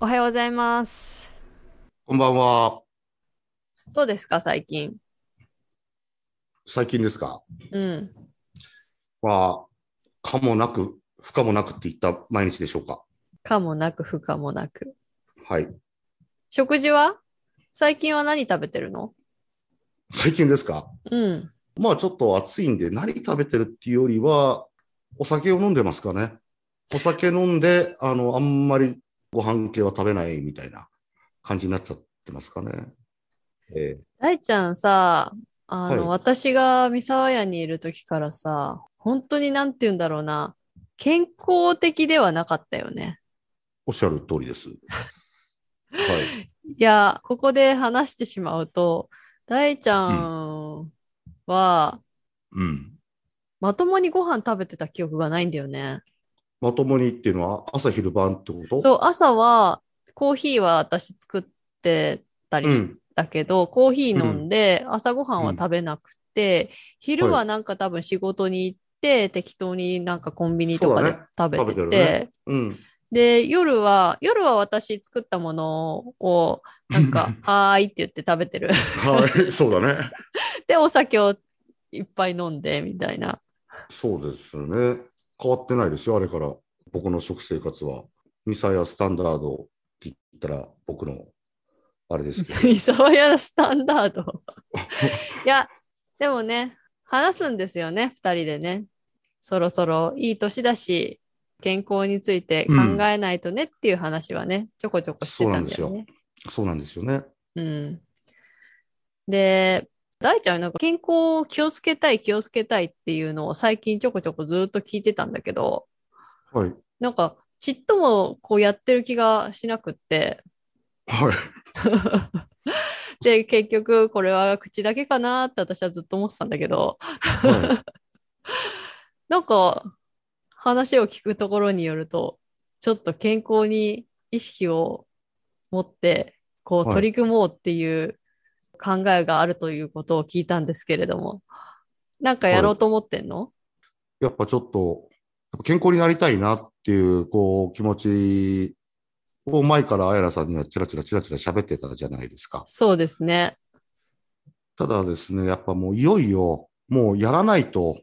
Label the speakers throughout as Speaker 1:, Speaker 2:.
Speaker 1: おはようございます。
Speaker 2: こんばんは。
Speaker 1: どうですか、最近。
Speaker 2: 最近ですか
Speaker 1: うん。
Speaker 2: まあ、かもなく、不可もなくって言った毎日でしょうか。
Speaker 1: かもなく、不可もなく。
Speaker 2: はい。
Speaker 1: 食事は最近は何食べてるの
Speaker 2: 最近ですか
Speaker 1: うん。
Speaker 2: まあ、ちょっと暑いんで、何食べてるっていうよりは、お酒を飲んでますかね。お酒飲んで、あの、あんまりご飯系は食べないみたいな感じになっちゃってますかね。ええ
Speaker 1: 大ちゃんさ、あの、
Speaker 2: はい
Speaker 1: 私が三沢屋にいる時からさ、本当になんて言うんだろうな、健康的ではなかったよね。
Speaker 2: おっしゃる通りです。はい。
Speaker 1: いや、ここで話してしまうと、大ちゃんは、
Speaker 2: うん。
Speaker 1: まともにご飯食べてた記憶がないんだよね。
Speaker 2: まともにっていうのは、朝昼晩ってこと
Speaker 1: そう、朝はコーヒーは私作ってたり
Speaker 2: う
Speaker 1: し
Speaker 2: ん。
Speaker 1: たけど、コーヒー飲んで、朝ごはんは食べなくて、昼はなんか多分仕事に行って、適当になんかコンビニとかで
Speaker 2: そうだね
Speaker 1: 食べてて、
Speaker 2: 食べてるうん。
Speaker 1: で、夜は、夜は私作ったものを、なん か、はーいって言って食べてる。
Speaker 2: はい、 そうだね。
Speaker 1: で、お酒をいっぱい飲んで、みたいな。
Speaker 2: そうですね。変わってないですよ、あれから。僕の食生活は。ミサやスタンダードって言ったら、僕の、あれ ですけど。
Speaker 1: 三沢屋スタンダード。 いや、でもね、話すんですよね、二人でね。そろそろいい年だし、健康について考えないとねっていう話はね、ちょこちょこしてたんだよね。
Speaker 2: そうなんですよね。
Speaker 1: うんで、大ちゃんなんか健康を気をつけたい気をつけたいっていうのを最近ちょこちょこずっと聞いてたんだけど、
Speaker 2: はい。
Speaker 1: なんかちっともこうやってる気がしなくって、
Speaker 2: はい。
Speaker 1: で、結局、これは口だけかなって私はずっと思ってたんだけど、
Speaker 2: は
Speaker 1: なんか、話を聞くところによると、ちょっと健康に意識を持って、こう、
Speaker 2: はい
Speaker 1: 取り組もうっていう考えがあるということを聞いたんですけれども、なんかやろうと思ってんの、
Speaker 2: い、や っぱちょっと、やっぱ健康になりたいなっていう、こう、気持ちを前からあやらさんにはチラチラチラチラ喋ってたじゃないですか。
Speaker 1: そうですね。
Speaker 2: ただですね、やっぱもういよいよ、もうやらないと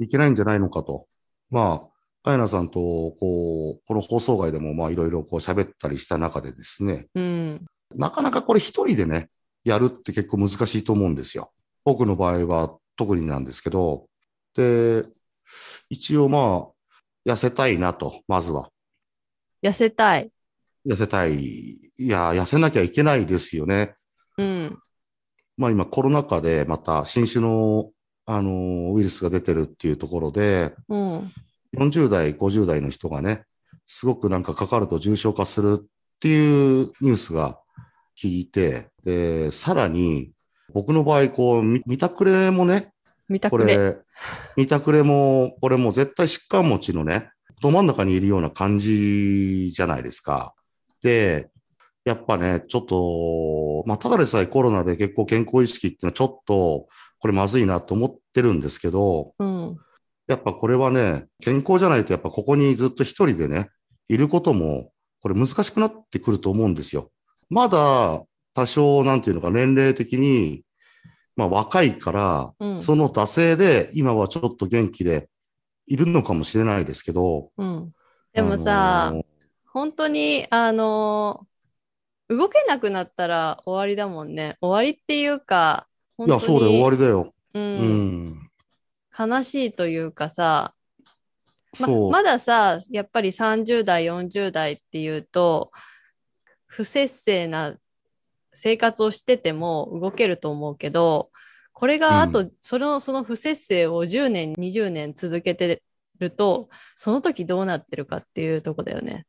Speaker 2: いけないんじゃないのかと。まあ、あやなさんと、こう、この放送外でも、まあ、いろいろこう喋ったりした中でですね、
Speaker 1: うん。
Speaker 2: なかなかこれ一人でね、やるって結構難しいと思うんですよ。僕の場合は特になんですけど、で、一応まあ、痩せたいなと、まずは。
Speaker 1: 痩せたい。
Speaker 2: 痩せたい。いや、痩せなきゃいけないですよね。
Speaker 1: うん。
Speaker 2: まあ今コロナ禍でまた新種の、あのーウイルスが出てるっていうところで、
Speaker 1: うん。
Speaker 2: 40代、50代の人がね、すごくなんかかかると重症化するっていうニュースが聞いて、で、さらに、僕の場合、こう、み見たくれもね、
Speaker 1: 見た
Speaker 2: こ
Speaker 1: くね。
Speaker 2: れ、見たくれも、これもう絶対疾患持ちのね、ど真ん中にいるような感じじゃないですか。で、やっぱね、ちょっと、まあ、ただでさえコロナで結構健康意識っていうのはちょっと、これまずいなと思ってるんですけど、
Speaker 1: うん。
Speaker 2: やっぱこれはね、健康じゃないとやっぱここにずっと一人でね、いることも、これ難しくなってくると思うんですよ。まだ、多少、なんていうのか、年齢的に、まあ若いから、
Speaker 1: うん。
Speaker 2: その惰性で今はちょっと元気でいるのかもしれないですけど。
Speaker 1: うん。でもさ、
Speaker 2: あの
Speaker 1: 本当に、あのー動けなくなったら終わりだもんね。終わりっていうか、本
Speaker 2: い
Speaker 1: 当
Speaker 2: や、
Speaker 1: に、
Speaker 2: そうだよ、終わりだよ。う。
Speaker 1: うんん、悲しいというかさ、ま
Speaker 2: そう、
Speaker 1: まださ、やっぱり30代、40代っていうと、不節制な生活をしてても動けると思うけど、これがあと、
Speaker 2: う
Speaker 1: その、その不節制を10年、20年続けてると、その時どうなってるかっていうとこだよね。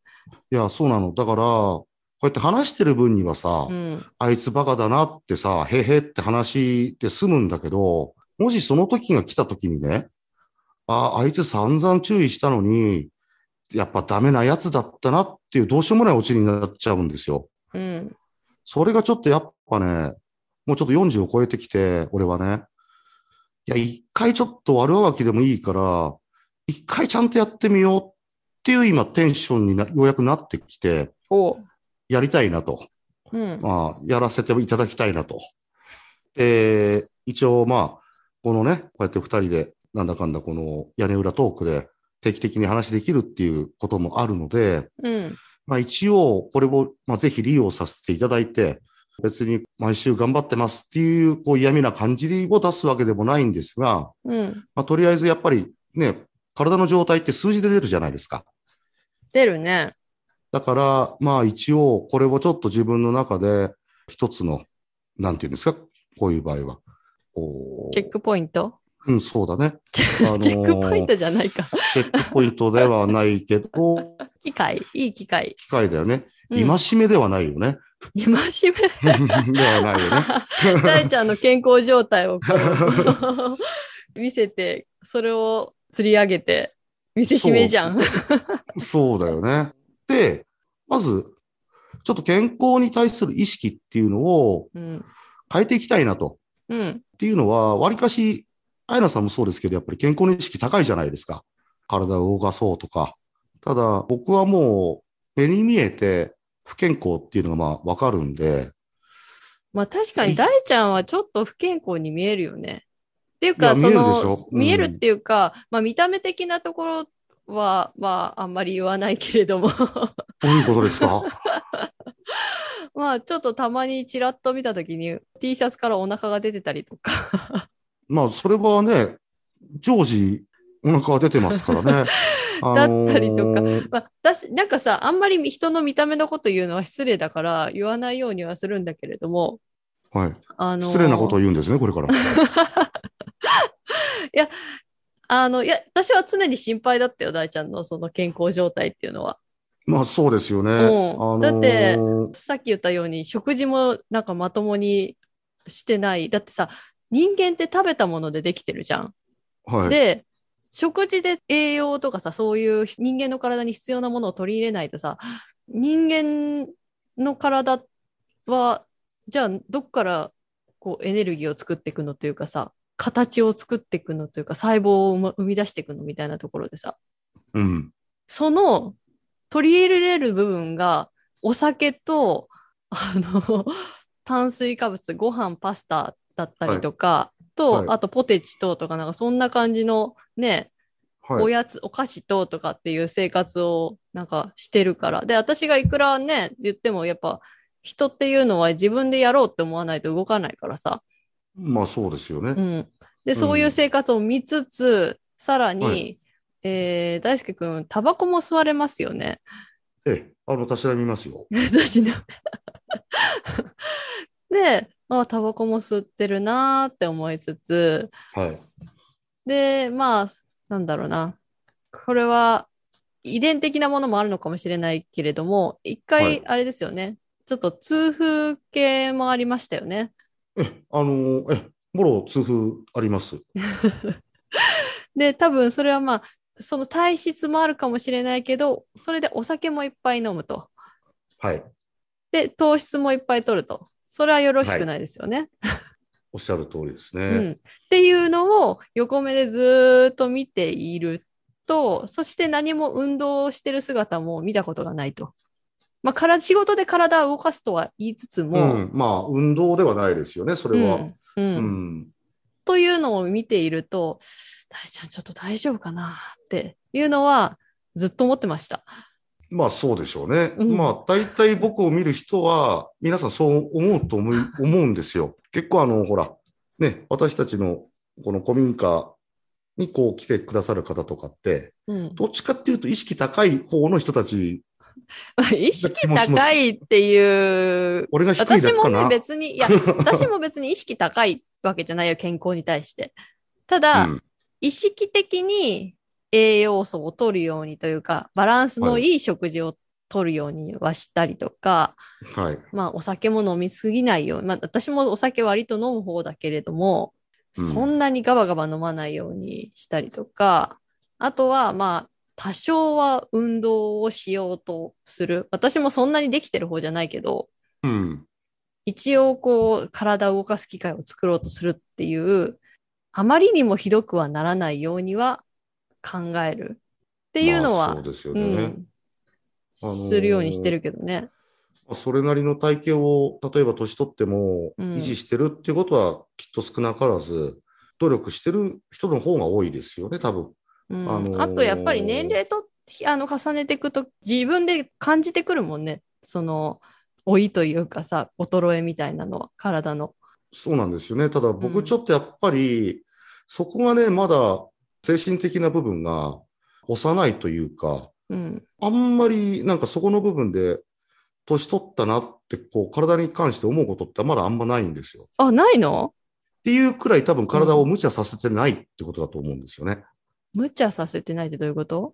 Speaker 2: いや、そうなの。だから、こうやって話してる分にはさ、
Speaker 1: うん。
Speaker 2: あいつバカだなってさ、へへって話で済むんだけど、もしその時が来た時にね、ああ、あいつ散々注意したのに、やっぱダメなやつだったなっていう、どうしようもないオチになっちゃうんですよ。
Speaker 1: うん。
Speaker 2: それがちょっとやっぱね、もうちょっと40を超えてきて、俺はね、いや、一回ちょっと悪あがきでもいいから、一回ちゃんとやってみようっていう今テンションになようやくなってきて、
Speaker 1: おう
Speaker 2: やりたいなと。
Speaker 1: うん。
Speaker 2: まあ、やらせていただきたいなと。で、一応まあ、このね、こうやって二人で、なんだかんだこの屋根裏トークで定期的に話できるっていうこともあるので、
Speaker 1: うん。
Speaker 2: まあ一応これを、まあぜひ利用させていただいて、別に毎週頑張ってますっていう、こう嫌味な感じを出すわけでもないんですが、
Speaker 1: うん。
Speaker 2: まあとりあえずやっぱりね、体の状態って数字で出るじゃないですか。
Speaker 1: 出るね。
Speaker 2: だから、まあ一応、これをちょっと自分の中で一つの、なんていうんですか、こういう場合は。こう
Speaker 1: チェックポイント、
Speaker 2: うん、そうだね。あのー
Speaker 1: チェックポイントじゃないか。
Speaker 2: チェックポイントではないけど、
Speaker 1: 機会いい機会。
Speaker 2: 機会だよね。
Speaker 1: うん
Speaker 2: 今しめではないよね。
Speaker 1: 今しめ。
Speaker 2: ではないよね。
Speaker 1: 大ちゃんの健康状態をこ う見せて、それを釣り上げて、見せしめじゃん。
Speaker 2: そうだよね。で、まず、ちょっと健康に対する意識っていうのを
Speaker 1: うん。
Speaker 2: 変えていきたいなと。
Speaker 1: うん。
Speaker 2: っていうのは、わりかし、アイナさんもそうですけど、やっぱり健康の意識高いじゃないですか。体を動かそうとか。ただ、僕はもう、目に見えて、不健康っていうのがまあ、わかるんで、
Speaker 1: まあ確かに大ちゃんはちょっと不健康に見えるよね。っていう
Speaker 2: い
Speaker 1: か、
Speaker 2: や
Speaker 1: そ
Speaker 2: 見えるで
Speaker 1: の
Speaker 2: しょ、うん
Speaker 1: 見えるっていうか、まあ見た目的なところは、まああんまり言わないけれども、
Speaker 2: どういうことですか
Speaker 1: まあちょっとたまにちらっと見たときに T シャツからお腹が出てたりとか、
Speaker 2: まあ、それはね、常時、お腹は出てますから ね。あのー
Speaker 1: だったりとまあ、私、なんかさ、あんまり人の見た目のこと言うのは失礼だから、言わないようにはするんだけれども、
Speaker 2: はい。
Speaker 1: あのー
Speaker 2: 失礼なことを言うんですね、これから。
Speaker 1: あの、いや、私は常に心配だったよ、大ちゃんのその健康状態っていうのは。
Speaker 2: まあ、そうですよね。
Speaker 1: うん
Speaker 2: あのー
Speaker 1: だってさっき言ったように、食事もなんかまともにしてない。だってさ、人間って食べたものでできてるじゃん。
Speaker 2: はい。
Speaker 1: で、食事で栄養とかさ、そういう人間の体に必要なものを取り入れないとさ、人間の体は、じゃあどっからこうエネルギーを作っていくのというかさ、形を作っていくのというか、細胞を生ま生み出していくのみたいなところでさ、
Speaker 2: うん。
Speaker 1: その取り入れれる部分がお酒とあの炭水化物ご飯パスタだったりとか、と、
Speaker 2: はい
Speaker 1: あとポテチ等とかなんかそんな感じのね、お
Speaker 2: はい。
Speaker 1: やつお菓子等とかっていう生活をなんかしてるからで私がいくらね言ってもやっぱ人っていうのは自分でやろうって思わないと動かないからさ、
Speaker 2: まあ、そうですよね。
Speaker 1: うん、
Speaker 2: ん
Speaker 1: でそういう生活を見つつ、さらに、
Speaker 2: はい
Speaker 1: えー大輔くんタバコも吸われますよね。
Speaker 2: ええ、あの、たしなみますよ。
Speaker 1: 私ので、まあ、タバコも吸ってるなーって思いつつ、
Speaker 2: はい。
Speaker 1: で、まあ、なんだろうな。これは遺伝的なものもあるのかもしれないけれども、一
Speaker 2: は
Speaker 1: 回
Speaker 2: い、
Speaker 1: あれですよね。ちょっと痛風系もありましたよね。
Speaker 2: え、あのー、え、もろ痛風あります。
Speaker 1: で、多分それはまあ、その体質もあるかもしれないけど、それでお酒もいっぱい飲むと。
Speaker 2: はい。
Speaker 1: で、糖質もいっぱい取ると。それはよろしくないですよね。
Speaker 2: おっしゃる通りです
Speaker 1: うん、
Speaker 2: ね。
Speaker 1: っていうのを横目でずーっと見ているとそして何も運動をしてる姿も見たことがないと。まあ、から仕事で体を動かすとは言いつつ
Speaker 2: う
Speaker 1: も、
Speaker 2: ん。まあ、運動ではないですよね、それは。
Speaker 1: うん
Speaker 2: う
Speaker 1: うん
Speaker 2: ん。
Speaker 1: というのを見ていると大ちゃんちょっと大丈夫かなっていうのはずっと思ってました。
Speaker 2: まあ、そうでしょうね。
Speaker 1: うん
Speaker 2: まあ、大体僕を見る人は、皆さんそう思うと 思い思うんですよ。結構、あの、ほら、ね、私たちのこの古民家にこう来てくださる方とかって、
Speaker 1: うん、
Speaker 2: どっちかっていうと意識高い方の人たち、
Speaker 1: 意識高いっていう
Speaker 2: 俺が低いだ
Speaker 1: 私
Speaker 2: け
Speaker 1: も
Speaker 2: か
Speaker 1: ね、
Speaker 2: な。
Speaker 1: 別に、いや、私も別に意識高いわけじゃないよ、健康に対して。ただ、
Speaker 2: うん
Speaker 1: 意識的に栄養素を取るようにというか、バランスのいい食事を取るようにはしたりとか、
Speaker 2: はい。
Speaker 1: まあ、お酒も飲みすぎないように、まあ、私もお酒割と飲む方だけれども、
Speaker 2: うん
Speaker 1: そんなにガバガバ飲まないようにしたりとか、あとは、まあ、多少は運動をしようとする。私もそんなにできてる方じゃないけど、
Speaker 2: うん。
Speaker 1: 一応こう体を動かす機会を作ろうとするっていうあまりにもひどくはならないようには考えるっていうのは、
Speaker 2: まあそうですよ
Speaker 1: う
Speaker 2: ね。
Speaker 1: ん
Speaker 2: あのー
Speaker 1: するようにしてるけどね。
Speaker 2: それなりの体型を、例えば年取っても
Speaker 1: うん
Speaker 2: 維持してるっていうことは、きっと少なからず、努力してる人の方が多いですよね、多分。
Speaker 1: うん
Speaker 2: あのー
Speaker 1: あとやっぱり年齢とあの重ねていくと自分で感じてくるもんねその老いというかさ衰えみたいなのは体の。
Speaker 2: そうなんですよね。ただ
Speaker 1: う
Speaker 2: 僕
Speaker 1: ん
Speaker 2: ちょっとやっぱり、そこがね、まだ精神的な部分が幼いというか、
Speaker 1: うん
Speaker 2: あんまりなんかそこの部分で、年取ったなって、こう、体に関して思うことってまだあんまないんですよ。っ
Speaker 1: あないの
Speaker 2: ていうくらい多分体を無茶させてないってことだと思うんですよね。
Speaker 1: 無茶させてないってどういうこと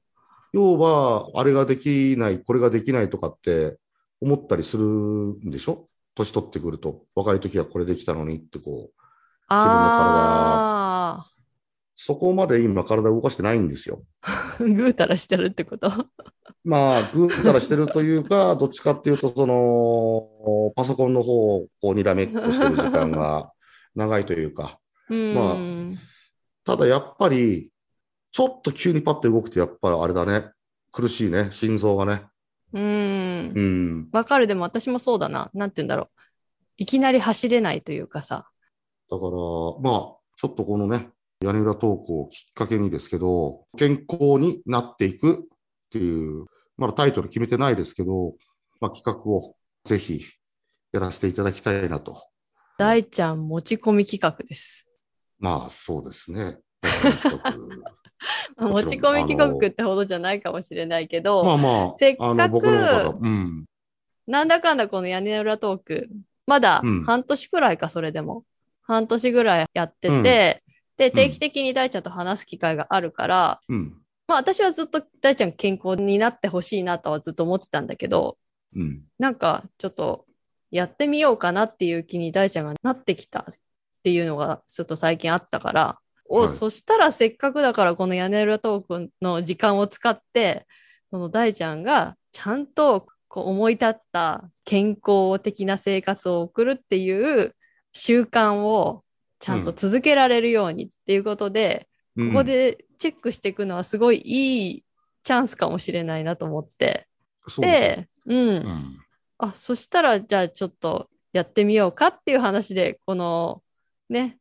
Speaker 2: 要は、あれができない、これができないとかって思ったりするんでしょ年取ってくると。若い時はこれできたのにってこう、分の
Speaker 1: あ
Speaker 2: そこまで今体を動かしてないんですよ。
Speaker 1: あー ぐうたらしてるってこと
Speaker 2: まあ、ぐうたらしてるというか、どっちかっていうと、その、パソコンの方をこうにらめっこしてる時間が長いというか、
Speaker 1: うん、
Speaker 2: まあただやっぱり、ちょっと急にパッと動くと、やっぱりあれだね。苦しいね。心臓がね。
Speaker 1: うん
Speaker 2: うん。
Speaker 1: わかる。でも私もそうだな。なんて言うんだろう。いきなり走れないというかさ。
Speaker 2: だから、まあ、ちょっとこのね、屋根裏投稿をきっかけにですけど、健康になっていくっていう、まだタイトル決めてないですけど、まあ企画をぜひやらせていただきたいなと。
Speaker 1: 大ちゃん持ち込み企画です。
Speaker 2: まあ、そうで すね。企画
Speaker 1: まあ
Speaker 2: も
Speaker 1: 持
Speaker 2: ちろん
Speaker 1: ち込み企画ってほどじゃないかもしれないけど、
Speaker 2: まあまあ、
Speaker 1: せっかく
Speaker 2: あの僕の方が、うん。
Speaker 1: なんだかんだこの屋根裏トーク、まだ
Speaker 2: うん
Speaker 1: 半年くらいか、それでも。半年ぐらいやってて、で、定期的に大ちゃんと話す機会があるから、
Speaker 2: うん。
Speaker 1: まあ私はずっと大ちゃん健康になってほしいなとはずっと思ってたんだけど、
Speaker 2: うん。
Speaker 1: なんかちょっとやってみようかなっていう気に大ちゃんがなってきたっていうのがちょっと最近あったから、お、
Speaker 2: はい
Speaker 1: そしたらせっかくだからこの屋根裏トークの時間を使って、その大ちゃんがちゃんとこう思い立った健康的な生活を送るっていう習慣をちゃんと続けられるようにっていうことで、
Speaker 2: うん
Speaker 1: ここでチェックしていくのはすごいいいチャンスかもしれないなと思って。
Speaker 2: そうです
Speaker 1: で、うん
Speaker 2: ね。うん。
Speaker 1: あ、そしたら、じゃあちょっとやってみようかっていう話で、このね、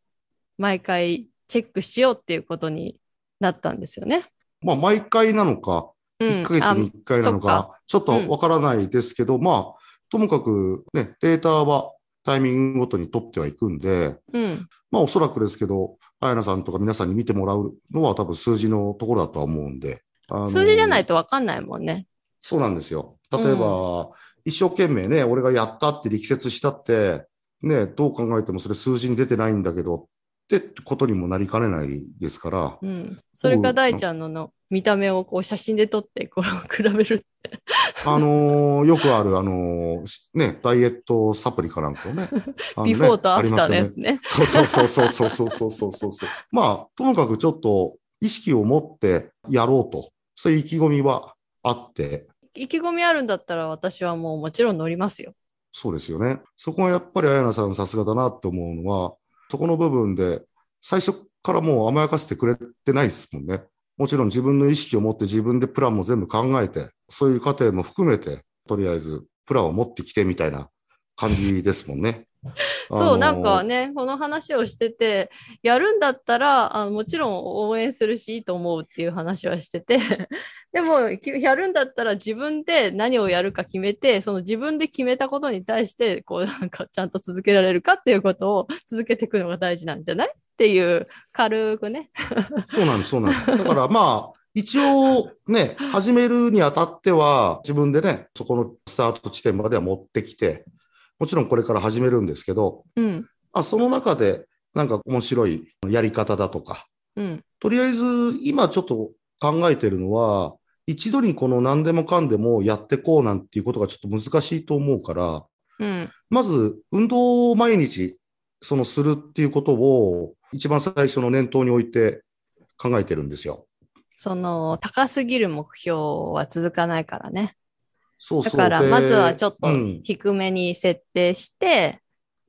Speaker 1: 毎回チェックしようっていうことになったんですよね。
Speaker 2: まあ、毎回なのか、
Speaker 1: うん。
Speaker 2: 1ヶ月に1回なの
Speaker 1: あそっ
Speaker 2: か、ちょっとわからないですけど、まあ、ともかくね、データはタイミングごとに取ってはいくんで、
Speaker 1: あうん。
Speaker 2: まあ、おそらくですけど、あやなさんとか皆さんに見てもらうのは多分数字のところだとは思うんで。あの
Speaker 1: 数字じゃないとわかんないもんね。
Speaker 2: そうなんですよ。例えば、一生懸命ね、俺がやったって力説したって、ね、どう考えてもそれ数字に出てないんだけど、ってことにもなりかねないですから、
Speaker 1: うん。それ
Speaker 2: そ
Speaker 1: か
Speaker 2: う
Speaker 1: 大ちゃんのの見た目をこう写真で撮って、これを比べる。
Speaker 2: あのーよくある、あのーしね、ダイエットサプリかなんかをね。あのね
Speaker 1: ビフォーとアフターのや。
Speaker 2: ありますよね
Speaker 1: つね。
Speaker 2: そうそうそうそうそうそうそうそうそうそう。まあ、ともかくちょっと意識を持ってやろうと、そういう意気込みはあって、
Speaker 1: 意気込みあるんだったら私はもうもちろん乗りますよ。
Speaker 2: そうですよね。そこがやっぱり綾菜さんさすがだなって思うのは、そこの部分で最初からもう甘やかせてくれてないですもんね。もちろん自分の意識を持って自分でプランも全部考えて、そういう過程も含めて、とりあえずプランを持ってきてみたいな感じですもんね。あ
Speaker 1: そ
Speaker 2: の
Speaker 1: う、なんかね、この話をしてて、やるんだったら、あのもちろん応援するし、いいと思うっていう話はして て、でも、きやるんだったら自分で何をやるか決めて、その自分で決めたことに対して、こう、なんかちゃんと続けられるかっていうことを続けていくのが大事なんじゃないっていう、軽くね。
Speaker 2: そうなんです、そうなんです。だからまあ、一応ね、始めるにあたっては、自分でね、そこのスタート地点までは持ってきて、もちろんこれから始めるんですけど、
Speaker 1: うん、
Speaker 2: あその中で、なんか面白いやり方だとか、
Speaker 1: うん、
Speaker 2: とりあえず今ちょっと考えてるのは、一度にこの何でもかんでもやってこうなんていうことがちょっと難しいと思うから、
Speaker 1: うん、
Speaker 2: まず運動を毎日そのするっていうことを一番最初の念頭に置いて考えてるんですよ。
Speaker 1: その、高すぎる目標は続かないからね。
Speaker 2: そうそ
Speaker 1: だ
Speaker 2: う
Speaker 1: から、まずはちょっと
Speaker 2: うん
Speaker 1: 低めに設定して、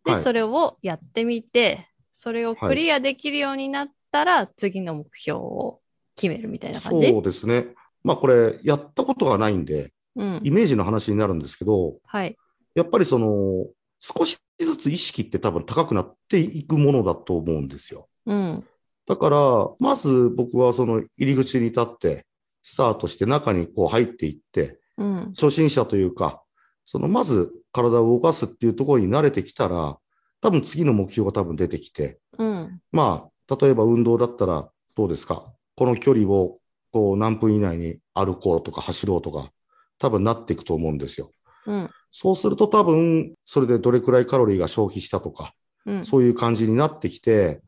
Speaker 2: は
Speaker 1: で、
Speaker 2: い
Speaker 1: それをやってみて、それをクリアできるようになったら、次の目標を決めるみたいな感じ。
Speaker 2: そうですね。まあこれやったことがないんで、
Speaker 1: うん。
Speaker 2: イメージの話になるんですけど、
Speaker 1: はい。
Speaker 2: やっぱりその、少しずつ意識って多分高くなっていくものだと思うんですよ。
Speaker 1: うん。
Speaker 2: だから、まず僕はその入り口に立って、スタートして中にこう入っていって、
Speaker 1: うん。
Speaker 2: 初心者というか、そのまず体を動かすっていうところに慣れてきたら、多分次の目標が多分出てきて、
Speaker 1: うん。
Speaker 2: まあ、例えば運動だったらどうですかこの距離をこう何分以内に歩こうとか走ろうとか、多分なっていくと思うんですよ。
Speaker 1: うん。
Speaker 2: そうすると多分、それでどれくらいカロリーが消費したとか、
Speaker 1: うん。
Speaker 2: そういう感じになってきて、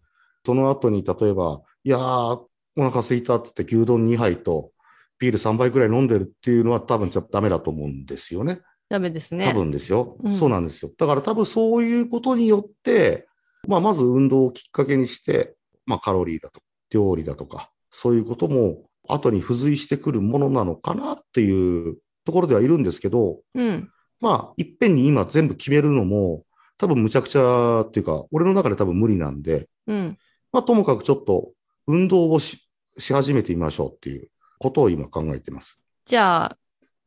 Speaker 2: その後に例えば、いやー、お腹空いたって言って牛丼2杯とビール3杯くらい飲んでるっていうのは多分じゃダメだと思うんですよね。
Speaker 1: ダメですね。
Speaker 2: 多分ですよ。
Speaker 1: うん
Speaker 2: そうなんですよ。だから多分そういうことによって、まあまず運動をきっかけにして、まあカロリーだとか、料理だとか、そういうことも後に付随してくるものなのかなっていうところではいるんですけど、
Speaker 1: うん。
Speaker 2: まあ、いっぺんに今全部決めるのも、多分むちゃくちゃっていうか、俺の中で多分無理なんで、
Speaker 1: うん。
Speaker 2: まあ、ともかくちょっと運動をしし始めてみましょうっていうことを今考えてます。
Speaker 1: じゃあ、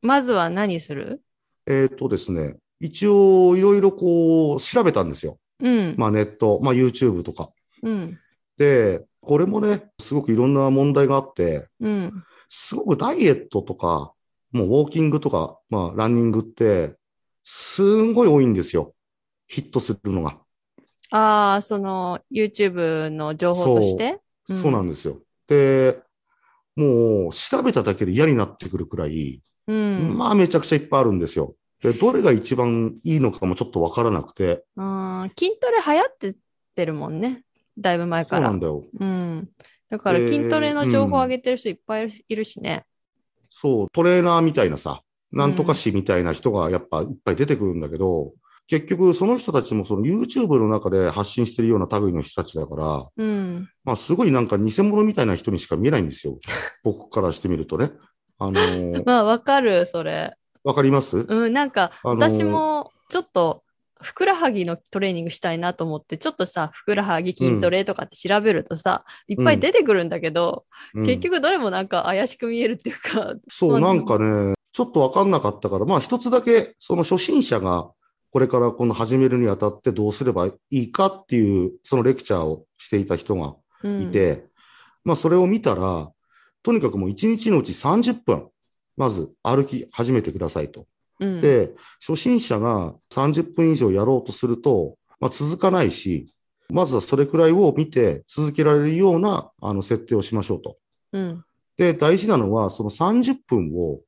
Speaker 1: まずは何する
Speaker 2: えっ、とですね、一応いろいろこう調べたんですよ。
Speaker 1: うん。
Speaker 2: まあネット、まあ YouTube とか。
Speaker 1: うん。
Speaker 2: で、これもね、すごくいろんな問題があって、
Speaker 1: うん。
Speaker 2: すごくダイエットとか、もうウォーキングとか、まあランニングって、すんごい多いんですよ。ヒットするのが。
Speaker 1: ああ、その、YouTube の情報としてうん
Speaker 2: そうなんですよ。で、もう調べただけで嫌になってくるくらい、
Speaker 1: うん。
Speaker 2: まあめちゃくちゃいっぱいあるんですよ。で、どれが一番いいのかもちょっとわからなくて、
Speaker 1: うん筋トレ流行ってってるもんね。だいぶ前
Speaker 2: そ
Speaker 1: か
Speaker 2: う
Speaker 1: ら。
Speaker 2: な
Speaker 1: うん
Speaker 2: んだよ。
Speaker 1: だから
Speaker 2: えー
Speaker 1: 筋トレの情報を上げてる人いっぱいいるいるしね。
Speaker 2: そう、トレーナーみたいなさ、なんとか師みたいな人がやっぱいっぱい出てくるんだけど、結局その人たちもその YouTube の中で発信してるような類の人たちだから、
Speaker 1: うん。
Speaker 2: まあすごいなんか偽物みたいな人にしか見えないんですよ。僕からしてみるとね。あの ー
Speaker 1: まあ、わかる、それ。
Speaker 2: わかります
Speaker 1: うん、なんか、
Speaker 2: あのー
Speaker 1: 私もちょっと、ふくらはぎのトレーニングしたいなと思って、ちょっとさ、ふくらはぎ筋トレとかって調べるとさ、いっぱい出てくるんだけど、
Speaker 2: うん
Speaker 1: 結局どれもなんか怪しく見えるっていうか、
Speaker 2: そ
Speaker 1: ま
Speaker 2: う、
Speaker 1: あ
Speaker 2: なんかね、ちょっとわかんなかったから、まあ一つだけ、その初心者がこれからこの始めるにあたってどうすればいいかっていう、そのレクチャーをしていた人が
Speaker 1: うん
Speaker 2: いて、まあそれを見たら、とにかくもう1日のうち30分、まず歩き始めてくださいと。
Speaker 1: うん、
Speaker 2: で、初心者が30分以上やろうとすると、まあ、続かないし、まずはそれくらいを見て続けられるようなあの設定をしましょうと。
Speaker 1: うん、
Speaker 2: で、大事なのは、その30分を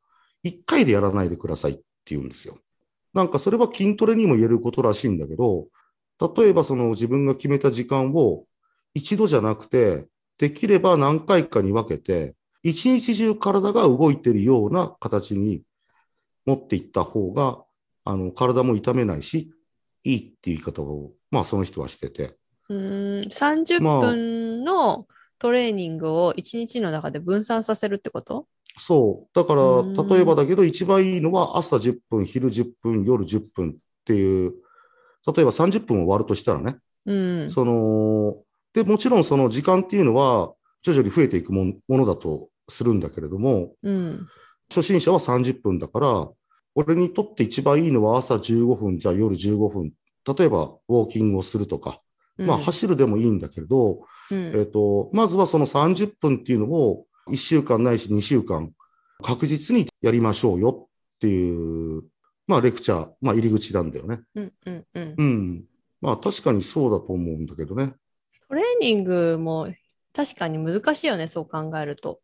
Speaker 2: 1回でやらないでくださいって言うんですよ。なんかそれは筋トレにも言えることらしいんだけど、例えばその自分が決めた時間を一度じゃなくて、できれば何回かに分けて、一日中体が動いてるような形に持っていった方が、あの、体も痛めないし、いいっていう言い方を、まあその人はしてて。
Speaker 1: うーん30
Speaker 2: まあ
Speaker 1: 分のトレーニングを1日の中で分散させるってこと
Speaker 2: そう。だか
Speaker 1: うん
Speaker 2: ら、例えばだけど、一番いいのは朝10分、昼10分、夜10分っていう、例えば30分を割るとしたらね、
Speaker 1: うん。
Speaker 2: その、で、もちろんその時間っていうのは、徐々に増えていくもんものだとするんだけれども、
Speaker 1: うん。
Speaker 2: 初心者は30分だから、俺にとって一番いいのは朝15分、じゃあ夜15分、例えばウォーキングをするとか、まあ
Speaker 1: うん
Speaker 2: 走るでもいいんだけれど、
Speaker 1: うん
Speaker 2: えっと、まずはその30分っていうのを1週間ないし2週間確実にやりましょうよっていう、まあレクチャー、まあ入り口なんだよね。
Speaker 1: うんうんうん
Speaker 2: うん。まあ確かにそうだと思うんだけどね。
Speaker 1: トレーニングも確かに難しいよね、そう考えると。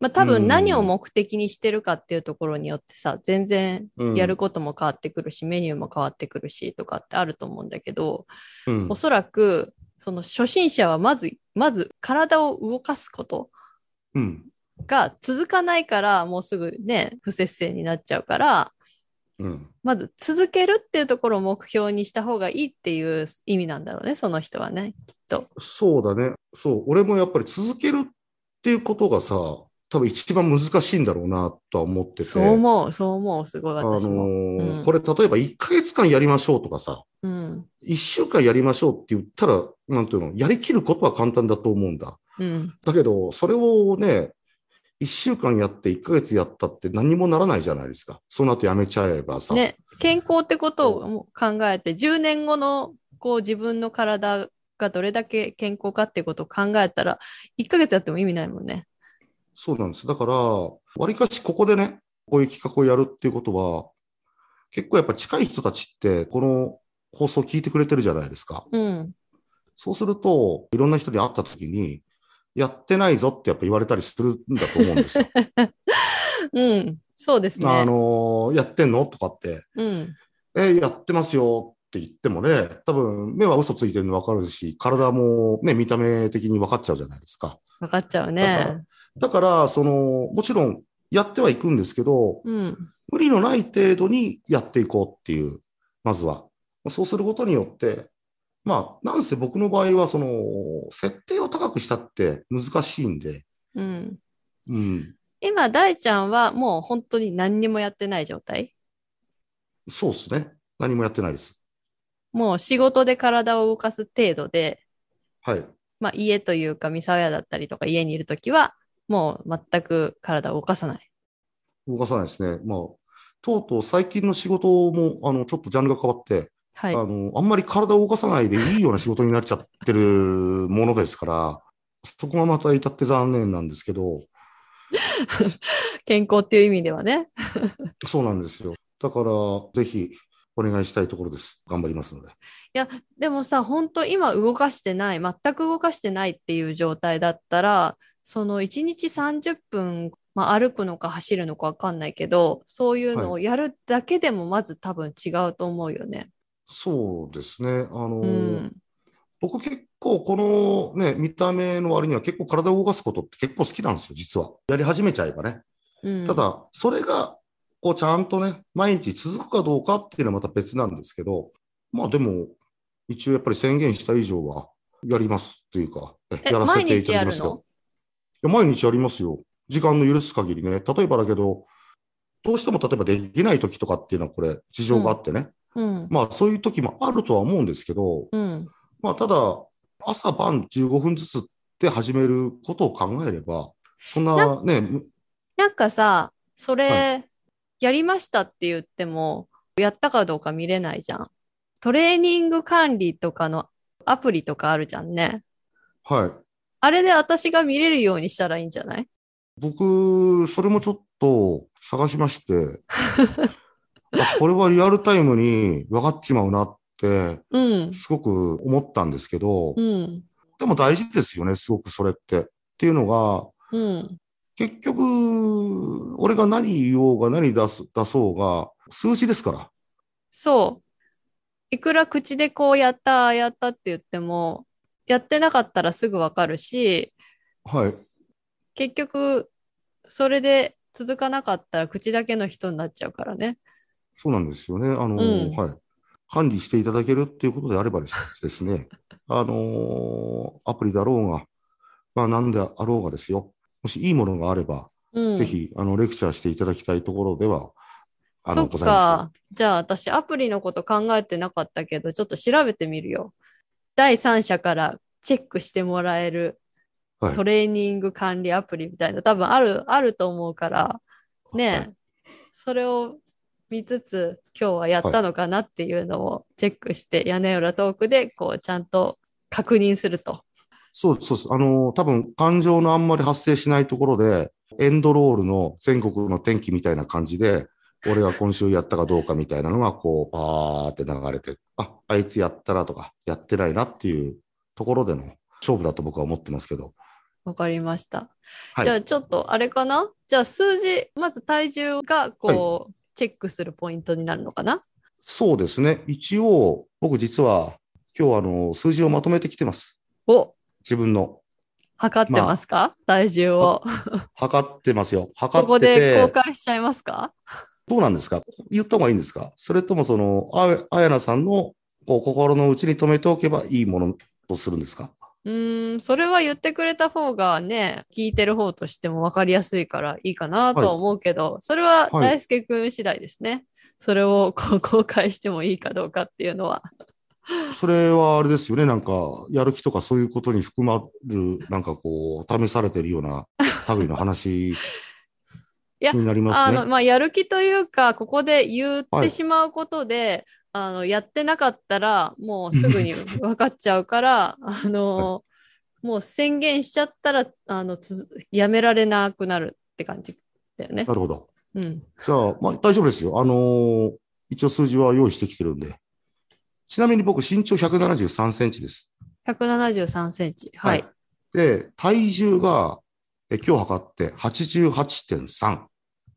Speaker 1: まあ多
Speaker 2: うん
Speaker 1: 分何を目的にしてるかっていうところによってさ、全然
Speaker 2: うん
Speaker 1: やることも変わってくるし、メニューも変わってくるしとかってあると思うんだけど、
Speaker 2: うん
Speaker 1: おそらく、その初心者はまず、まず体を動かすこと
Speaker 2: うん。
Speaker 1: が続かないから、もうすぐね、不節制になっちゃうから、
Speaker 2: うん。
Speaker 1: まず続けるっていうところを目標にした方がいいっていう意味なんだろうね、その人はね。
Speaker 2: そうだね。そう。俺もやっぱり続けるっていうことがさ、多分一番難しいんだろうなとは思ってて。
Speaker 1: そう思う、そう思う、すごい
Speaker 2: あの
Speaker 1: 私も。
Speaker 2: ー
Speaker 1: うん
Speaker 2: これ例えば1ヶ月間やりましょうとかさ、
Speaker 1: うん。
Speaker 2: 一週間やりましょうって言ったら、なんていうの、やりきることは簡単だと思うんだ。
Speaker 1: うん。
Speaker 2: だけど、それをね、一週間やって一ヶ月やったって何にもならないじゃないですか。その後やめちゃえばさ。
Speaker 1: ね、健康ってことを考えて、10年後のこう自分の体がどれだけ健康かってことを考えたら、1ヶ月やっても意味ないもんね。
Speaker 2: そうなんです。だから、わりかしここでね、こういう企画をやるっていうことは、結構やっぱ近い人たちって、この放送を聞いてくれてるじゃないですか。
Speaker 1: うん。
Speaker 2: そうすると、いろんな人に会った時に、やってないぞってやっぱ言われたりするんだと思うんですよ。
Speaker 1: うん。そうです ね。
Speaker 2: あのーやってんのとかって、
Speaker 1: うん。
Speaker 2: え、やってますよって言ってもね、多分目は嘘ついてるの分かるし、体もね、見た目的に分かっちゃうじゃないですか。
Speaker 1: わかっちゃう
Speaker 2: だか
Speaker 1: ね
Speaker 2: ら。だから、その、もちろんやってはいくんですけど、
Speaker 1: うん。
Speaker 2: 無理のない程度にやっていこうっていう、まずは。そうすることによって、まあ、なんせ僕の場合は、その、設定を高くしたって難しいんで、
Speaker 1: うん。
Speaker 2: うん、
Speaker 1: 今、大ちゃんはもう本当に何にもやってない状態
Speaker 2: そうですね。何もやってないです。
Speaker 1: もう仕事で体を動かす程度で、
Speaker 2: はい。
Speaker 1: まあ、家というか、三沢屋だったりとか、家にいるときは、もう全く体を動かさない。
Speaker 2: 動かさないですね。まあ、とうとう最近の仕事も、あの、ちょっとジャンルが変わって、
Speaker 1: はい。
Speaker 2: あの、あんまり体を動かさないでいいような仕事になっちゃってるものですから、そこがまた至って残念なんですけど、
Speaker 1: 健康っていう意味ではね。
Speaker 2: そうなんですよ。だから、ぜひ、お願いしたいところです。頑張りますので。
Speaker 1: でもさ、本当今動かしてない、全く動かしてないっていう状態だったら、その1日30分、まあ、歩くのか走るのかわかんないけど、そういうのをやるだけでもまず多分違うと思うよね。
Speaker 2: そうですね。あの、
Speaker 1: うん。
Speaker 2: 僕結構このね、見た目の割には結構体を動かすことって結構好きなんですよ、実は。やり始めちゃえばね。
Speaker 1: うん、
Speaker 2: た、だ、それが、こう、ちゃんとね、毎日続くかどうかっていうのはまた別なんですけど、まあでも、一応やっぱり宣言した以上は、やりますというか、え
Speaker 1: え
Speaker 2: やらせ
Speaker 1: 毎
Speaker 2: てい
Speaker 1: 日
Speaker 2: た
Speaker 1: や
Speaker 2: だきま
Speaker 1: る
Speaker 2: すよ
Speaker 1: の。
Speaker 2: いや毎日やりますよ。時間の許す限りね。例えばだけど、どうしても例えばできない時とかっていうのはこれ、事情があってね。
Speaker 1: うん。
Speaker 2: まあそういう時もあるとは思うんですけど、
Speaker 1: うん。
Speaker 2: まあただ、朝晩15分ずつって始めることを考えれば、そんなね、
Speaker 1: なんかさ、それ、
Speaker 2: は
Speaker 1: やりましたって言っても、やったかどうか見れないじゃん。トレーニング管理とかのアプリとかあるじゃんね。
Speaker 2: はい。
Speaker 1: あれで私が見れるようにしたらいいんじゃない
Speaker 2: 僕、それもちょっと探しまして、 あこれはリアルタイムに分かっちまうなって、
Speaker 1: うん。
Speaker 2: すごく思ったんですけど、
Speaker 1: うん。
Speaker 2: でも大事ですよね、すごくそれって。っていうのが、
Speaker 1: うん。
Speaker 2: 結局、俺が何言おうが何出す、出そうが、数字ですから。
Speaker 1: そう。いくら口でこうやった、ああやったって言っても、やってなかったらすぐわかるし、
Speaker 2: はい。
Speaker 1: 結局、それで続かなかったら口だけの人になっちゃうからね。
Speaker 2: そうなんですよね。あの、
Speaker 1: うん
Speaker 2: はい。管理していただけるっていうことであればですですね、 あのアプリだろうが、まあ何であろうがですよ。もしいいものがあれば、
Speaker 1: うん。
Speaker 2: ぜひ、あの、レクチャーしていただきたいところでは、あ
Speaker 1: そ
Speaker 2: の、
Speaker 1: っ
Speaker 2: ございま
Speaker 1: か。じゃあ私アプリのこと考えてなかったけど、ちょっと調べてみるよ。第三者からチェックしてもらえる
Speaker 2: はい
Speaker 1: トレーニング管理アプリみたいな、多分ある、あると思うから、
Speaker 2: す。
Speaker 1: ねえ、
Speaker 2: はい
Speaker 1: それを見つつ、今日はやったのかなっていうのをチェックして、屋根裏トークで、こう、ちゃんと確認すると。
Speaker 2: そうですそうです。あの、多分、感情のあんまり発生しないところで、エンドロールの全国の天気みたいな感じで、俺が今週やったかどうかみたいなのが、こう、パーって流れて、あ、あいつやったらとか、やってないなっていうところでの勝負だと僕は思ってますけど。
Speaker 1: わかりました。
Speaker 2: はい
Speaker 1: じゃあちょっとあれかなじゃあ数字、まず体重がこう、チェックするポイントになるのかな
Speaker 2: そうですね。一応、僕実は、今日あの、数字をまとめてきてます。
Speaker 1: お
Speaker 2: 自分の。
Speaker 1: 測ってますか、体重を。
Speaker 2: 測ってますよ。測
Speaker 1: ここ
Speaker 2: ってて。
Speaker 1: で公開しちゃいますか
Speaker 2: どうなんですか言った方がいいんですかそれともその、ああやなさんのこう心の内に留めておけばいいものとするんですか
Speaker 1: うーん、それは言ってくれた方がね、聞いてる方としても分かりやすいからいいかなとは思うけど、それは
Speaker 2: はい
Speaker 1: 大輔くん次第ですね。それをこう 公開してもいいかどうかっていうのは。
Speaker 2: それはあれですよね。なんか、やる気とかそういうことに含まる、なんかこう、試されてるような類の話
Speaker 1: や
Speaker 2: になりま
Speaker 1: あ
Speaker 2: す
Speaker 1: の、
Speaker 2: ね。
Speaker 1: まあ、やる気というか、ここで言っ
Speaker 2: は
Speaker 1: て
Speaker 2: い
Speaker 1: しまうことで、あの、やってなかったら、もうすぐ に分かっちゃうから、あの、もう宣言しちゃったら、あの、つづやめられなくなるって感じだよね
Speaker 2: な。るほど。
Speaker 1: うん。
Speaker 2: じゃあ、まあ、大丈夫ですよ。あのー一応数字は用意してきてるんで。ちなみに僕、身長173センチです。
Speaker 1: 173センチ。はい。。
Speaker 2: で、体重が、え今日測って88.3。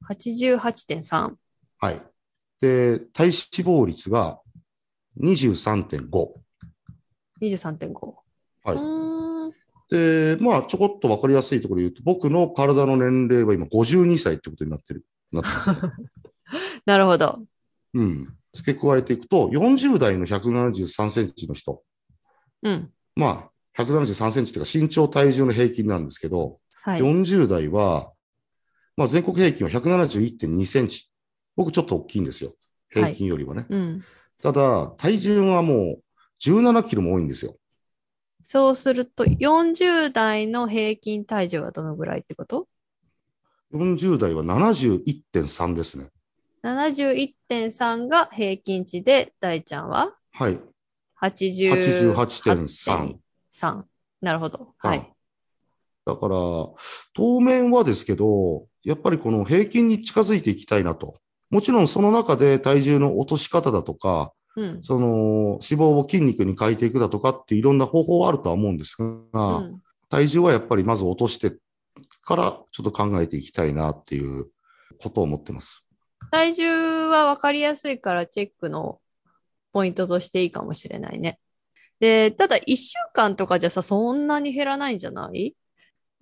Speaker 1: 88.3。
Speaker 2: はい。で、体脂肪率が23.5。
Speaker 1: 23.5。
Speaker 2: はいう
Speaker 1: ーん。
Speaker 2: で、まあ、ちょこっとわかりやすいところで言うと、僕の体の年齢は今52歳ってことになってる。なってますね
Speaker 1: なるほど。
Speaker 2: うん。付け加えていくと、40代の173センチの人。
Speaker 1: うん。
Speaker 2: まあ、173センチというか身長体重の平均なんですけど、
Speaker 1: はい。
Speaker 2: 40代は、まあ全国平均は171.2センチ。僕ちょっと大きいんですよ。平均よりはね。
Speaker 1: うん。
Speaker 2: ただ、体重はもう17キロも多いんですよ。
Speaker 1: そうすると、40代の平均体重はどのぐらいってこと
Speaker 2: 40代は71.3ですね。
Speaker 1: 71.3が平均値で、大ちゃんは
Speaker 2: はい。
Speaker 1: 88.3
Speaker 2: 88.3。。
Speaker 1: なるほど。はい。
Speaker 2: だから、当面はですけど、やっぱりこの平均に近づいていきたいなと。もちろんその中で体重の落とし方だとか、
Speaker 1: うん。
Speaker 2: その脂肪を筋肉に変えていくだとかっていろんな方法はあるとは思うんですが、
Speaker 1: うん、
Speaker 2: 体重はやっぱりまず落としてからちょっと考えていきたいなっていうことを思ってます。
Speaker 1: 体重は分かりやすいからチェックのポイントとしていいかもしれないね。で、ただ1週間とかじゃさ、そんなに減らないんじゃない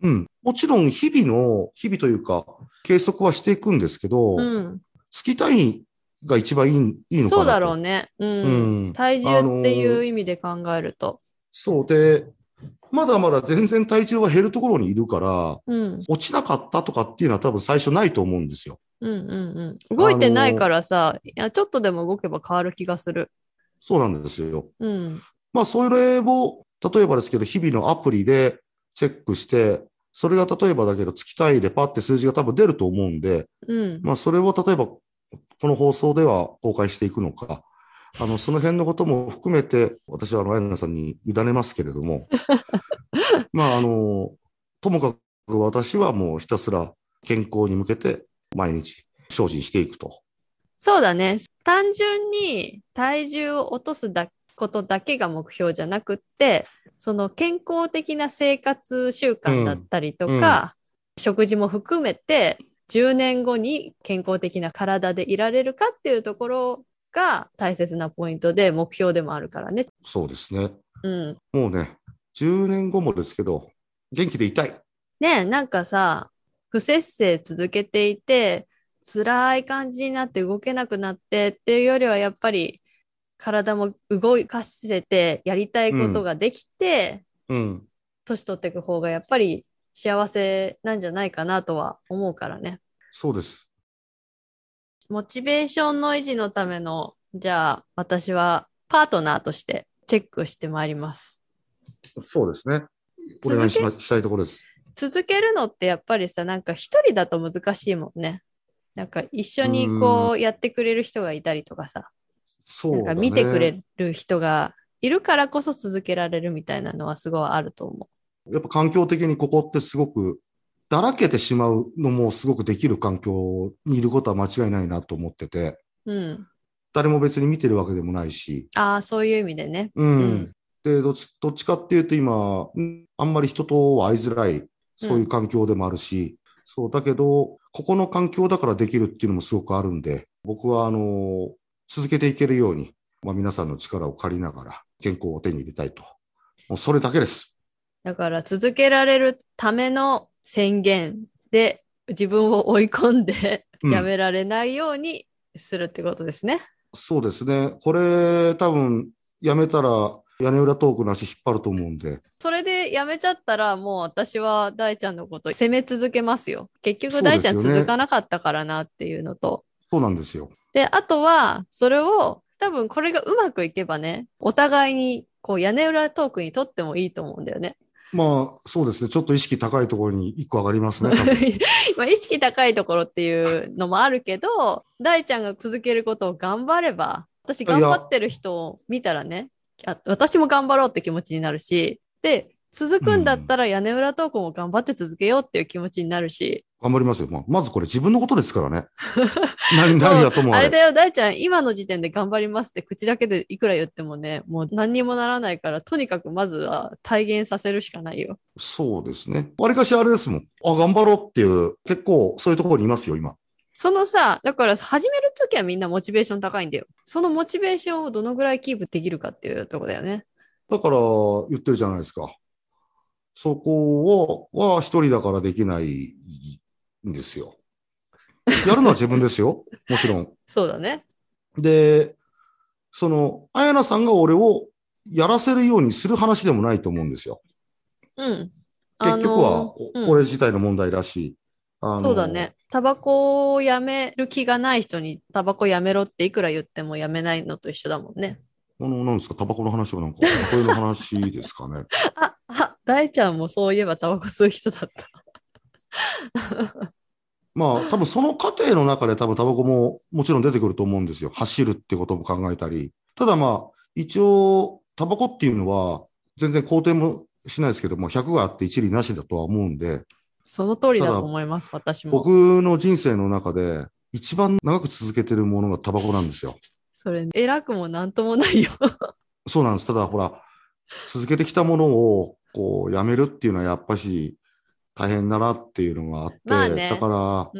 Speaker 2: うん。もちろん日々の、日々というか、計測はしていくんですけど、
Speaker 1: うん。
Speaker 2: 月単位が一番いいいいのかなと。
Speaker 1: そうだろうね。うん。
Speaker 2: うん
Speaker 1: 体重っていう意味で考えると。
Speaker 2: そうで、まだまだ全然体重は減るところにいるから、
Speaker 1: うん。
Speaker 2: 落ちなかったとかっていうのは多分最初ないと思うんですよ。
Speaker 1: うんうんうん。動いてないからさ、いやちょっとでも動けば変わる気がする。
Speaker 2: そうなんですよ。
Speaker 1: うん。
Speaker 2: まあ、それを、例えばですけど、日々のアプリでチェックして、それが例えばだけど、月単位でパッて数字が多分出ると思うんで、
Speaker 1: うん。
Speaker 2: まあ、それを例えば、この放送では公開していくのか、あの、その辺のことも含めて、私はあの、あやなさんに委ねますけれ ども、まあ、あの、ともかく私はもうひたすら健康に向けて毎日精進していくと。
Speaker 1: そうだね。単純に体重を落とすだことだけが目標じゃなくって、その健康的な生活習慣だったりとか、食事も含めて、10年後に健康的な体でいられるかっていうところが大切なポイントで目標でもあるからね。
Speaker 2: そうですね。
Speaker 1: うん。
Speaker 2: もうね、10年後もですけど、元気でいたい。
Speaker 1: ねえ、なんかさ、不節制続けていて、辛い感じになって動けなくなってっていうよりは、やっぱり体も動かせて、やりたいことができて、
Speaker 2: うん。
Speaker 1: 年取っていく方がやっぱり幸せなんじゃないかなとは思うからね。
Speaker 2: そうです。
Speaker 1: モチベーションの維持のための、じゃあ私はパートナーとしてチェックしてまいります。
Speaker 2: そうですね。お
Speaker 1: 続け
Speaker 2: 願いしましたいところです。
Speaker 1: 続けるのってやっぱりさなんか一人だと難しいもんねなんか一緒にこうやってくれる人がいたりとかさ、
Speaker 2: そう
Speaker 1: なんか見てくれる人がいるからこそ続けられるみたいなのはすごいあると思
Speaker 2: やっぱ環境的にここってすごく、だらけてしまうのもすごくできる環境にいることは間違いないなと思ってて、
Speaker 1: ううん
Speaker 2: 誰も別に見てるわけでもないし、
Speaker 1: ああそういう意味でね
Speaker 2: うん。
Speaker 1: うん
Speaker 2: でどっち、どっちかっていうと今、うんあんまり人とは会いづらい、そういう環境でもあるし、そう、だけど、ここの環境だからできるっていうのもすごくあるんで、僕はあの、続けていけるように、まあ皆さんの力を借りながら健康を手に入れたいと。もうそれだけです。
Speaker 1: だから続けられるための宣言で自分を追い込んで
Speaker 2: う ん
Speaker 1: やめられないようにするってことですね、
Speaker 2: そうですね。これ、多分、やめたら、屋根裏トークの足引っ張ると思うんで。
Speaker 1: それでやめちゃったらもう私は大ちゃんのこと責め続けますよ。結
Speaker 2: そ
Speaker 1: 局
Speaker 2: うですよ
Speaker 1: 大
Speaker 2: ね
Speaker 1: ちゃん続かなかったからなっていうのと。
Speaker 2: そうなんですよ。
Speaker 1: であとはそれを多分これがうまくいけばね、お互いにこう屋根裏トークにとってもいいと思うんだよね。
Speaker 2: まあ、そうですね。ちょっと意識高いところに一個上がり ますね。多分
Speaker 1: まあ、意識高いところっていうのもあるけど、大ちゃんが続けることを頑張れば、私頑張ってる人を見たらね、あ私も頑張ろうって気持ちになるし、で、続くんだったら屋根裏トークも頑張って続けようっていう気持ちになるし、
Speaker 2: 頑張りますよ。まあ、まずこれ自分のことですからね。 何、何だとも
Speaker 1: あ
Speaker 2: あ
Speaker 1: れだ
Speaker 2: れ。
Speaker 1: よ、大ちゃん、今の時点で頑張りますって口だけでいくら言ってもね、もう何にもならないから、とにかくまずは体現させるしかないよ。
Speaker 2: そうですね。わりかしあれですもん。あ、頑張ろうっていう、結構そういうところにいますよ、今。
Speaker 1: そのさ、だから始めるときはみんなモチベーション高いんだよ。そのモチベーションをどのぐらいキープできるかっていうとこだよね。
Speaker 2: だから、言ってるじゃないですか。そこを、は一人だからできないんですよ。やるのは自分ですよ。もちろん。
Speaker 1: そうだね。
Speaker 2: で、その、あやなさんが俺をやらせるようにする話でもないと思うんですよ。
Speaker 1: うん。
Speaker 2: 結局
Speaker 1: あ
Speaker 2: は
Speaker 1: の、うん
Speaker 2: 俺自体の問題だし。あの
Speaker 1: そうだね。。タバコをやめる気がない人にタバコやめろっていくら言ってもやめないのと一緒だもんね。
Speaker 2: あの、なんですか、タバコの話はなんか、こういうの話ですかね。
Speaker 1: あ、あ、大ちゃんもそういえばタバコ吸う人だった。
Speaker 2: まあ、多分その過程の中で多分タバコももちろん出てくると思うんですよ。走るってことも考えたり。ただまあ、一応、タバコっていうのは、全然肯定もしないですけども、100があって一理なしだとは思うんで、
Speaker 1: その通りだと思います、私も。
Speaker 2: 僕の人生の中で、一番長く続けてるものがタバコなんですよ。
Speaker 1: それ、偉くもなんともないよ。
Speaker 2: そうなんです。ただほら、続けてきたものを、こう、やめるっていうのはやっぱし、大変だなっていうのがあって、
Speaker 1: まあね
Speaker 2: だから、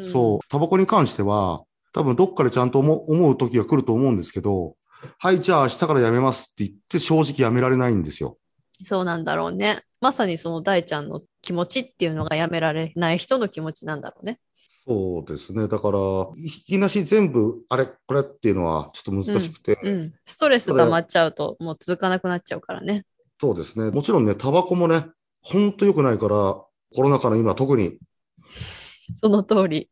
Speaker 1: うん
Speaker 2: そう、タバコに関しては、多分どっかでちゃんと思う思う時が来ると思うんですけど、はい、じゃあ明日からやめますって言って正直やめられないんですよ。
Speaker 1: そうなんだろうね。まさにその大ちゃんの気持ちっていうのがやめられない人の気持ちなんだろうね。
Speaker 2: そうですね。だから、引きなし全部、あれ、これっていうのはちょっと難しくて、
Speaker 1: うん。ストレス溜まっちゃうと、もう続かなくなっちゃうからね。
Speaker 2: そうですね。もちろんね、タバコもね、ほんと良くないから、コロナ禍の今特に
Speaker 1: その通り。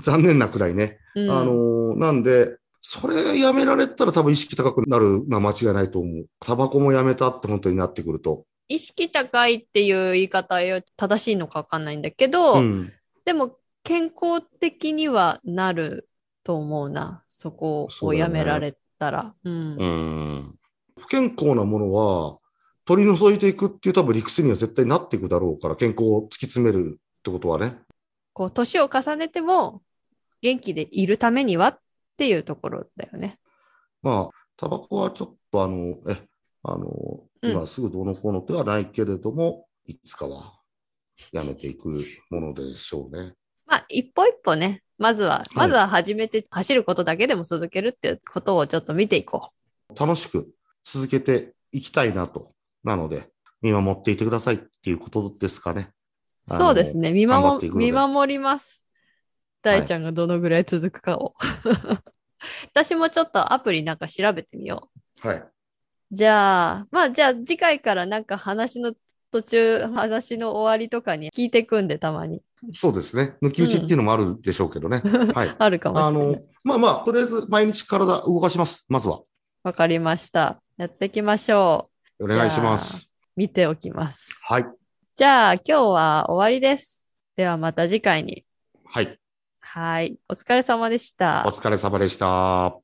Speaker 2: 残念なくらいね、
Speaker 1: うん、
Speaker 2: あのーなんで、それやめられたら多分意識高くなるのは間違いないと思う。タバコもやめたって本当になってくると。
Speaker 1: 意識高いっていう言い方よ正しいのか分かんないんだけど、
Speaker 2: ん。
Speaker 1: でも健康的にはなると思うなそこ
Speaker 2: そう
Speaker 1: を
Speaker 2: だよ
Speaker 1: や
Speaker 2: ね
Speaker 1: められたらう,、ん、
Speaker 2: うん。不健康なものは取り除いていくっていう多分理屈には絶対なっていくだろうから、健康を突き詰めるってことはね。
Speaker 1: こう年を重ねても元気でいるためにはっていうところだよね
Speaker 2: まあ、タバコはちょっとあの、え、あの、
Speaker 1: うん
Speaker 2: 今すぐどうのこうのではないけれども、いつかはやめていくものでしょうね。
Speaker 1: まあ一歩一歩ねまずは、
Speaker 2: い
Speaker 1: まずは始めて走ることだけでも続けるっていうことをちょっと見ていこ
Speaker 2: 楽しく続けていきたいなと。なので、見守っていてくださいっていうことですかね。
Speaker 1: うそうです
Speaker 2: ね。
Speaker 1: ね見
Speaker 2: 頑張っ
Speaker 1: 守
Speaker 2: ていくので
Speaker 1: 見守ります
Speaker 2: はい
Speaker 1: 大ちゃんがどのぐらい続くかを、 私もちょっとアプリなんか調べてみよう
Speaker 2: はい。
Speaker 1: じゃあ、まあじゃあ次回からなんか話の途中、話の終わりとかに聞いてくんでたまに。
Speaker 2: そうですね。抜き打ちっていうのもあるでしょうけどね。 はい。
Speaker 1: あるかも
Speaker 2: あ
Speaker 1: しれな
Speaker 2: の
Speaker 1: い。、
Speaker 2: まあまあ、とりあえず毎日体動かします。まずは。
Speaker 1: わかりました。やっていきましょう。
Speaker 2: お願いします。
Speaker 1: 見ておきます。
Speaker 2: はい。
Speaker 1: じゃあ今日は終わりです。ではまた次回に。
Speaker 2: はい。
Speaker 1: はい。お疲れ様でした
Speaker 2: お。疲れ様でした。